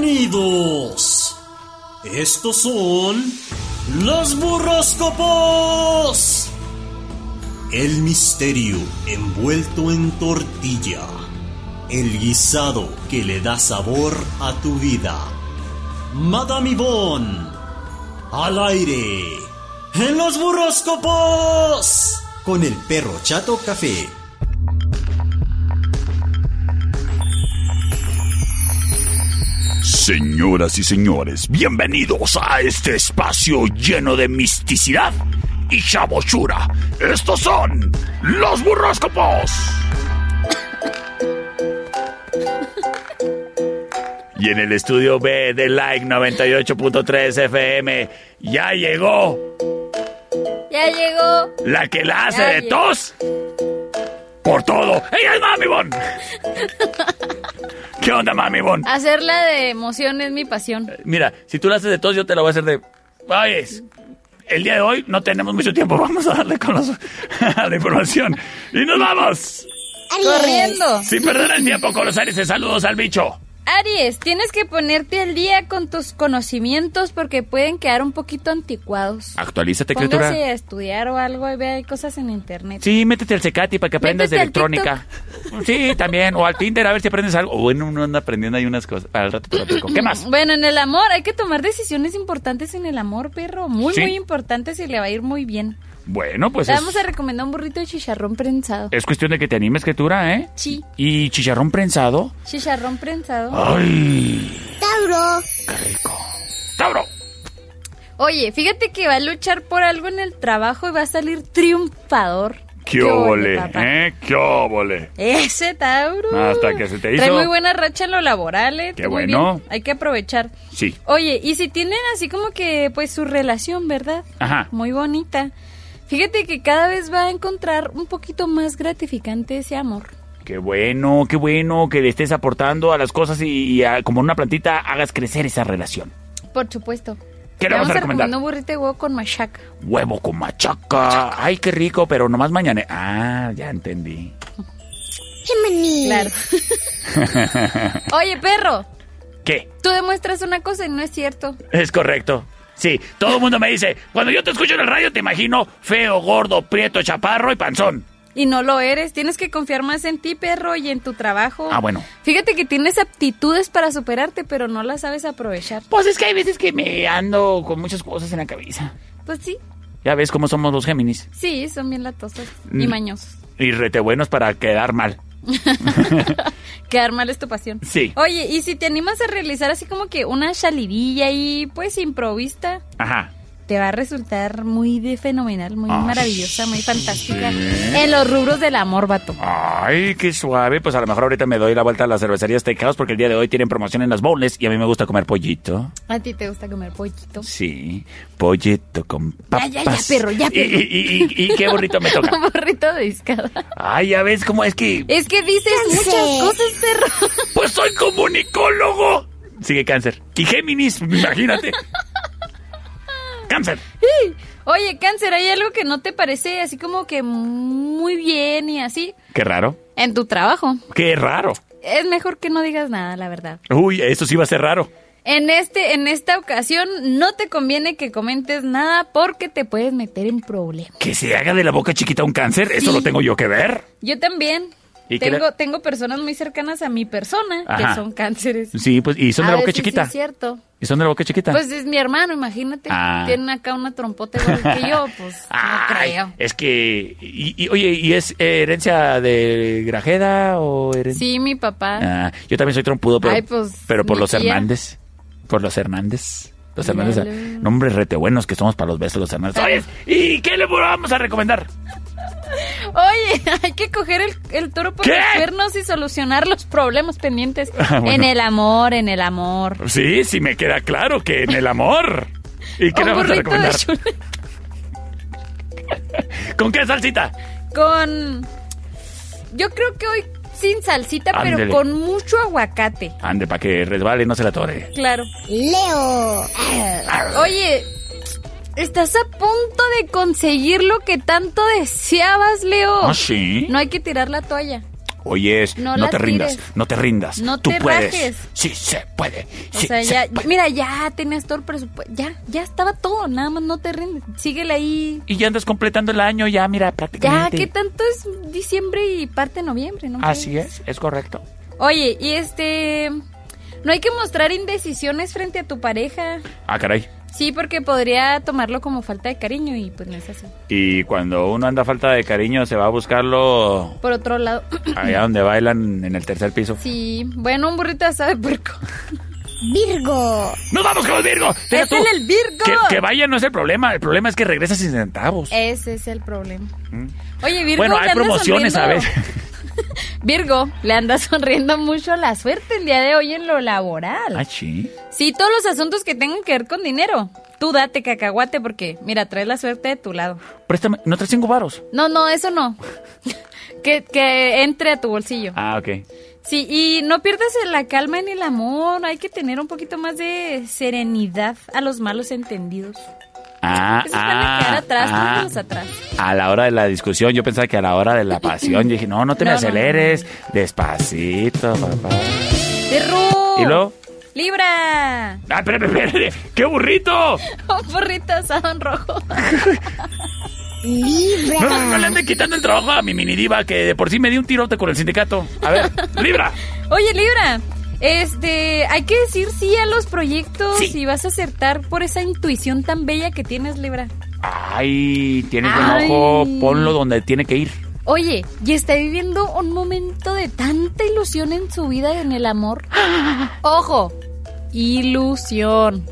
Bienvenidos. Estos son los burroscopos. El misterio envuelto en tortilla. El guisado que le da sabor a tu vida. Madame Yvonne. Al aire. En los burroscopos. Con el perro chato café. Señoras y señores, bienvenidos a este espacio lleno de misticidad y chabochura. Estos son los burroscopos. Y en el estudio B de Like 98.3 FM ya llegó Ya llegó. la que la hace Ya de llegó. tos por todo. ¡Ella es Mami Bon! ¿Qué onda, Mami Bon? Hacerla de emoción es mi pasión. Mira, si tú la haces de tos, yo te la voy a hacer de. Oye, es- el día de hoy no tenemos mucho tiempo. Vamos a darle con los- a la información. ¡Y nos vamos! Corriendo. Sin perder el tiempo, con los Aries, saludos al bicho. Aries, tienes que ponerte al día con tus conocimientos porque pueden quedar un poquito anticuados. Actualízate, criatura. Póngase a estudiar o algo y ve hay cosas en internet. Sí, métete al Secati para que aprendas de Métete al electrónica. Sí, también. O al Tinder, a ver si aprendes algo. O Bueno, uno anda aprendiendo ahí unas cosas. Al rato te lo platico. ¿Qué más? Bueno, en el amor hay que tomar decisiones importantes en el amor, perro. Muy, Sí. muy importantes y le va a ir muy bien. Bueno, pues Te vamos a es, recomendar un burrito de chicharrón prensado. es cuestión de que te animes, criatura, ¿eh? Sí, Y chicharrón prensado. chicharrón prensado. ¡Ay! Tauro, ¡Qué rico! ¡Tauro! Oye, fíjate que va a luchar por algo en el trabajo y va a salir triunfador. ¡Qué óvole! óvole, papá. ¿Eh? ¡Qué óvole! Ese Tauro. Hasta que se te hizo. Trae muy buena racha en lo laboral, eh. Qué Muy bueno. bien. Hay que aprovechar. Sí. Oye, y si tienen así como que, pues, su relación, ¿verdad? Ajá. Muy bonita. Fíjate que cada vez va a encontrar un poquito más gratificante ese amor. Qué bueno, qué bueno que le estés aportando a las cosas y, y a- como una plantita hagas crecer esa relación. Por supuesto. ¿Qué le vamos a recomendar? un burrito de huevo con machaca. Huevo con machaca. Ay, qué rico, pero nomás mañana. Ah, ya entendí. Gemini, Claro. Oye, perro, ¿Qué? tú demuestras una cosa y no es cierto. Es correcto. Sí, todo el mundo me dice, cuando yo te escucho en el radio te imagino feo, gordo, prieto, chaparro y panzón. Y no lo eres. Tienes que confiar más en ti, perro, y en tu trabajo. Ah, bueno. Fíjate que tienes aptitudes para superarte, pero no las sabes aprovechar. Pues es que hay veces que me ando con muchas cosas en la cabeza. Pues sí, Ya ves cómo somos los Géminis. sí, son bien latosos y Mm. mañosos. Y rete buenos para quedar mal. Quedar mal es tu pasión. Sí. Oye, y si te animas a realizar así como que una salidilla y pues improvista, Ajá. te va a resultar muy de fenomenal, muy Ah, maravillosa, muy fantástica. En los rubros del amor, vato. Ay, qué suave. Pues a lo mejor ahorita me doy la vuelta a las cervecerías Takehouse porque el día de hoy tienen promoción en las bowls y a mí me gusta comer pollito. A ti te gusta comer pollito. Sí, pollito con papas. ya, ya, perro, ya, perro. Y, y- y- y qué bonito me toca. Un burrito de discada. Ay, ya ves cómo es que... Es que dices muchas cosas, perro. Pues soy comunicólogo. Sigue cáncer. Y Géminis, imagínate. cáncer. Oye, Cáncer, ¿hay algo que no te parece así como que muy bien y así? Qué raro. En tu trabajo. Qué raro. Es mejor que no digas nada, la verdad. Uy, eso sí va a ser raro. En, este, en esta ocasión no te conviene que comentes nada porque te puedes meter en problemas. Que se haga de la boca chiquita un cáncer, eso Sí. lo tengo yo que ver. Yo también. ¿Y qué Tengo, le- tengo personas muy cercanas a mi persona Ajá. que son cánceres. Sí, pues, y son A de la boca veces sí chiquita. es cierto. y son de la boca chiquita. Pues es mi hermano, imagínate. Ah. Tienen acá una trompota igual que yo, pues no Ay, creo. Es que. Y, y- oye, ¿y es eh, herencia de Grajeda o herencia.? Sí, mi papá. Ah, yo también soy trompudo, pero, Ay, pues, pero por mi los tía. Hernández. Por los Hernández. Los Hernández. Míralo. Nombres rete buenos que somos para los besos, los Hernández. Oye, ¿y qué le vamos a recomendar? Oye, hay que coger el, el toro por ¿Qué? los cuernos y solucionar los problemas pendientes. Ah, bueno. En el amor, en el amor. Sí, sí, me queda claro que en el amor. ¿Y qué le vamos a Un burrito de recomendar? chuleta ¿Con qué salsita? con... Yo creo que hoy sin salsita, Ándele. pero con mucho aguacate. Ande, para que resbale, no se la tore. Claro. Leo, Oye, estás a punto de conseguir lo que tanto deseabas, Leo. ¿Ah, sí? No hay que tirar la toalla. Oyes, No no, la te rindas, tires. no te rindas. No Tú te puedes. rajes. Sí, se puede. O sí, sea, se ya, puede. mira, ya tenías todo el presupuesto. Ya, ya estaba todo. Nada más no te rindes. Síguele ahí. Y ya andas completando el año, ya, mira, Ya, prácticamente. ¿qué tanto es diciembre y parte de noviembre? No Así fregues. es, es correcto. Oye, y este. No hay que mostrar indecisiones frente a tu pareja. Ah, caray. Sí, porque podría tomarlo como falta de cariño y pues no es así. Y cuando uno anda a falta de cariño, se va a buscarlo Por otro lado, allá donde bailan en el tercer piso. sí, bueno, un burrito asado de puerco. Virgo. ¡Nos vamos con los Virgo! Deja ¡Es tú. el, el Virgo! Que, que vaya no es el problema, el problema es que regresa sin centavos. Ese es el problema. Oye, Virgo, Mm. bueno, le hay andas promociones a sonriendo- veces. Virgo, le anda sonriendo mucho a la suerte el día de hoy en lo laboral. Ah, sí. Sí, todos los asuntos que tengan que ver con dinero. Tú date cacahuate porque, mira, traes la suerte de tu lado. Préstame, ¿no traes cinco varos? No, no, eso no. que, que entre a tu bolsillo. Ah, ok. Sí, y no pierdas la calma en el amor. Hay que tener un poquito más de serenidad a los malos entendidos. Ah, Esos van a quedar ah, atrás, ah. pónganlos atrás. A la hora de la discusión, yo pensaba que a la hora de la pasión, yo dije, no, no te me No, no, no, aceleres, despacito, papá. ¡Perro! ¿Y luego? ¡Libra! ¡Ah, espérame, espérame! ¡Qué burrito! Un burrito asado en rojo. Libra. No, no, no le anden quitando el trabajo a mi mini diva, que de por sí me dio un tirote con el sindicato. A ver, Libra. Oye, Libra, este, hay que decir sí a los proyectos Sí. y vas a acertar por esa intuición tan bella que tienes, Libra. Ay, tienes Ay. un ojo, ponlo donde tiene que ir. Oye, y está viviendo un momento de tanta ilusión en su vida y en el amor. Ojo, ilusión.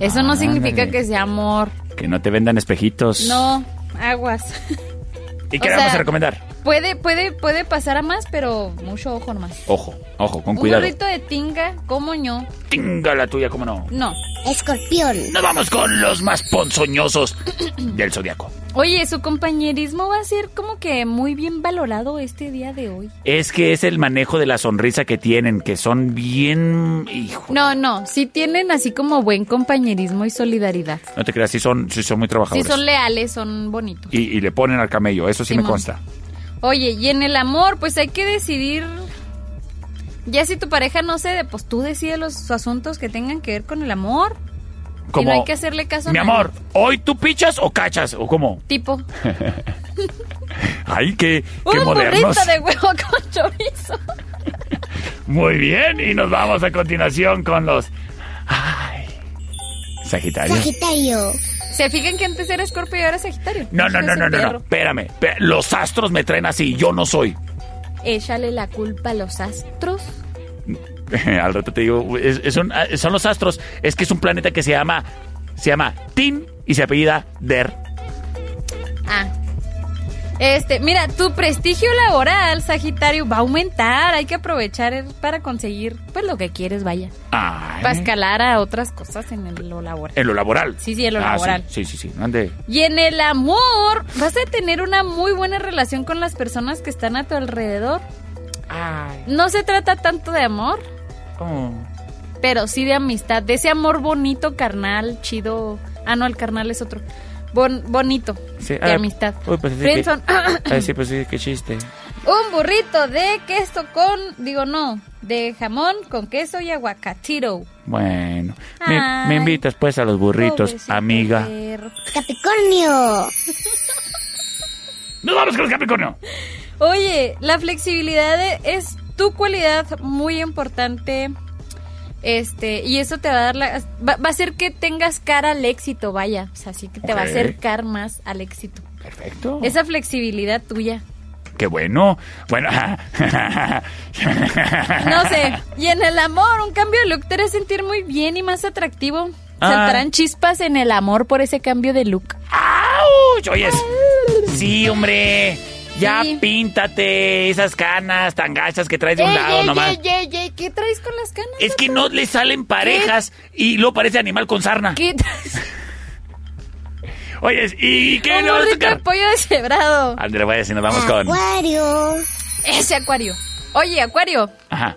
Eso no Ándale. significa que sea amor. Que no te vendan espejitos. No, aguas. ¿Y qué o le vamos sea- a recomendar? Puede, puede, puede pasar a más, pero mucho ojo nomás. Ojo, ojo, con Un cuidado. gorrito de tinga, como yo, Tinga la tuya, cómo no. no. Escorpión. Nos vamos con los más ponzoñosos del zodiaco. Oye, su compañerismo va a ser como que muy bien valorado este día de hoy. Es que es el manejo de la sonrisa que tienen, que son bien. Hijo. No, no, sí tienen así como buen compañerismo y solidaridad. No te creas, sí son, sí son muy Sí trabajadores. son leales, son bonitos. y, y le ponen al camello, eso sí me Simón. consta. Oye, y en el amor, pues hay que decidir. Ya si tu pareja no cede, pues tú decides los asuntos que tengan que ver con el amor. Como, hay que hacerle caso a Mi nadie. amor, ¿hoy tú pichas o cachas? ¿O cómo? Tipo, Ay, qué, qué un modernos. burrito de huevo con chorizo. Muy bien, y nos vamos a continuación con los. Ay. Sagitario. Sagitario. ¿Se fijan que antes era escorpio y ahora Sagitario? No, no, no, Ese no, no, no. perro. Espérame. espé- Los astros me traen así, yo no soy. Échale la culpa a los astros. Al rato te digo, es- es un- ah, son los astros. Es que es un planeta que se llama, se llama Tin y se apellida Der. Ah. Este, mira, tu prestigio laboral, Sagitario, va a aumentar. Hay que aprovechar para conseguir, pues, lo que quieres, vaya. Ay. Para escalar a otras cosas en el- lo laboral. En lo laboral. Sí, sí, en lo Ah, laboral. Sí, sí, sí. sí. Ande. Y en el amor, vas a tener una muy buena relación con las personas que están a tu alrededor. Ay. No se trata tanto de amor, oh. pero sí de amistad, de ese amor bonito, carnal, chido. Ah, no, el carnal es otro. Bon- bonito, Sí, de ah, amistad. uy, pues, sí, Friendzone. Ay, sí, pues sí, qué chiste. Un burrito de queso con, digo no, de jamón con queso y aguacatiro. Bueno. Me, Ay. me invitas pues a los burritos, Pobrecito amiga. perro. Capricornio. Nos vamos con los Capricornio. Oye, la flexibilidad e- es tu cualidad muy importante. Este, y eso te va a dar la. Va, va a hacer que tengas cara al éxito, vaya. O sea, así que te va a Ok. acercar más al éxito. Perfecto. Esa flexibilidad tuya. Qué bueno. Bueno. No sé. Y en el amor, un cambio de look te hará sentir muy bien y más atractivo. Ah. Saltarán chispas en el amor por ese cambio de look. ¡Auch! Oyes. Sí, hombre. Ya Sí. píntate esas canas tan gachas que traes de un lado nomás. Eh, ¿Qué traes con las canas? Es que no le salen parejas y luego parece animal con sarna. ¿Qué traes? Oyes, ¿y qué Un le vas a burrito de tocar? pollo deshebrado. André, vaya, si nos vamos con. Acuario. Ese acuario. Oye, acuario. Ajá.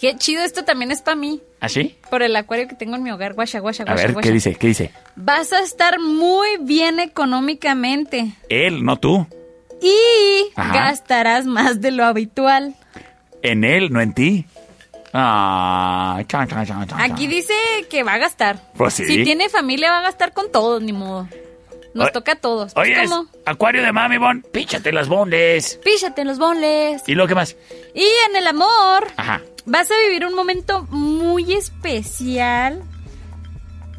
Qué chido, esto también es para mí. ¿Así? Por el acuario que tengo en mi hogar. Guasha, guasha, A guasha, ver, ¿qué guasha. dice? ¿Qué dice? Vas a estar muy bien económicamente. Él, no tú. Y Ajá. gastarás más de lo habitual. En él, no en ti. Ah, chan, chan, chan, chan, Aquí chan. dice que va a gastar. Pues sí. Si tiene familia, va a gastar con todos, ni modo. Nos Oye- toca a todos. Pues, Oye, ¿cómo? acuario de mami, Bon, píchate las bondes. Píchate en los bonles. ¿Y lo que más? Y en el amor, Ajá. vas a vivir un momento muy especial.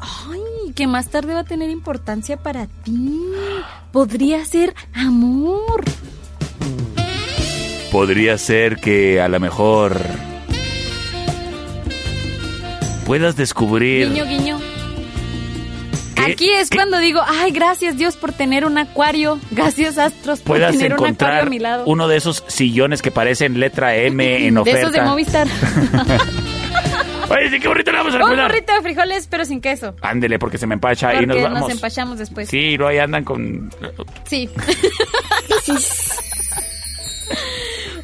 Ay, que más tarde va a tener importancia para ti. Podría ser amor. Podría ser que a lo mejor puedas descubrir Guiño, guiño. ¿Qué? Aquí es ¿Qué? cuando digo, ay, gracias Dios por tener un acuario. Gracias astros por puedas tener un acuario a encontrar mi lado. uno de esos sillones que parecen letra M en de oferta. esos de Movistar. Oye, sí, qué bonito le vamos a un recordar. burrito de frijoles, pero sin queso. Ándele, porque se me empacha Porque y nos nos, vamos. empachamos después. Sí, y luego ahí andan con... Sí.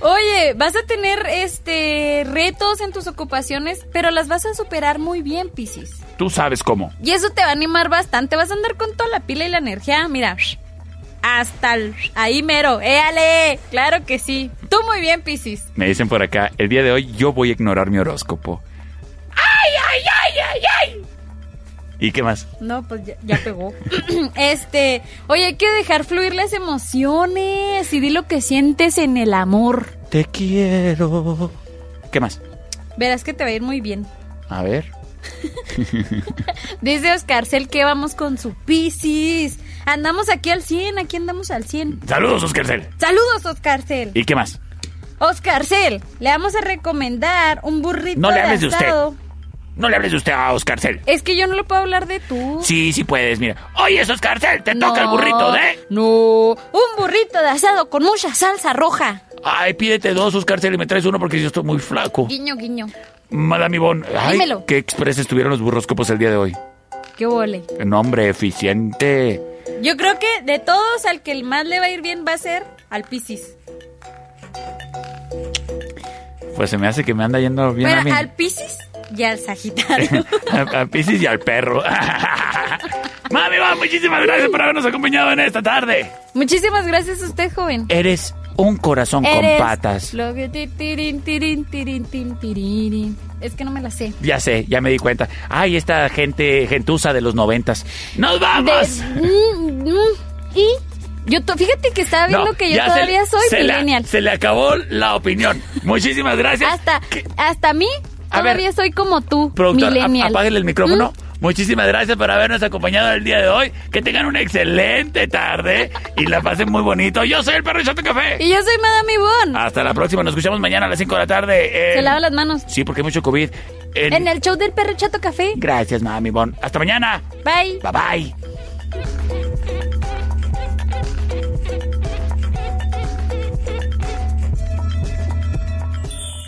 Oye, vas a tener este retos en tus ocupaciones, pero las vas a superar muy bien, Piscis. Tú sabes cómo. Y eso te va a animar bastante. Vas a andar con toda la pila y la energía. Mira, hasta el- ahí mero. ¡Éale! Claro que sí. Tú muy bien, Piscis. Me dicen por acá, el día de hoy yo voy a ignorar mi horóscopo. ¡Ay, ay, ay, ay, ay! ¿Y qué más? No, pues ya, ya pegó. este, oye, hay que dejar fluir las emociones y di lo que sientes en el amor. Te quiero. ¿Qué más? Verás que te va a ir muy bien. A ver. Dice Oscar Cel que vamos con su Piscis. Andamos aquí al 100, aquí andamos al 100. Saludos, Oscarcel. Saludos, Oscar Cel. ¿Y qué más? Oscar Cel, le vamos a recomendar un burrito No le de hables de usted. asado. No le hables de usted a Oscarcel. Es que yo no le puedo hablar de tú. Sí, sí puedes, mira. Oye, es Oscarcel, te toca el No, burrito ¿eh? de... No, un burrito de asado con mucha salsa roja. Ay, pídete dos, Oscarcel, y me traes uno porque yo estoy muy flaco. Guiño, guiño. Madame Ivonne, ay, Dímelo. qué expreses tuvieron los burroscopos el día de hoy. Qué vole. Nombre eficiente. Yo creo que de todos al que el más le va a ir bien va a ser al Piscis. Pues se me hace que me anda yendo bien Pero a mí. al Piscis y al Sagitario. a, a Piscis y al perro. Mami, va, muchísimas gracias por habernos acompañado en esta tarde. Muchísimas gracias a usted, joven. Eres un corazón Eres con patas. lo que ti- tirin, tirin, tirin, tin, tiririn. Es que no me la sé. Ya sé, ya me di cuenta. Ay, esta gente gentuza de los noventas. ¡Nos De- vamos! mm, mm, y yo to- fíjate que estaba viendo No, que yo ya se le- todavía soy se le- millennial. se le acabó la opinión. Muchísimas gracias. Hasta Que- hasta a mí A ver, todavía soy como tú, Productor, ap- millennial. ¿Mm? apáguenle el micrófono. Muchísimas gracias por habernos acompañado el día de hoy. Que tengan una excelente tarde y la pasen muy bonito. Yo soy el perro Chato Café. Y yo soy Madame Ivonne. Hasta la próxima. Nos escuchamos mañana a las 5 de la tarde. en- Se lava las manos. Sí, porque hay mucho COVID. en- En el show del perro chato café. Gracias, mami Bon. Hasta mañana. Bye. Bye bye.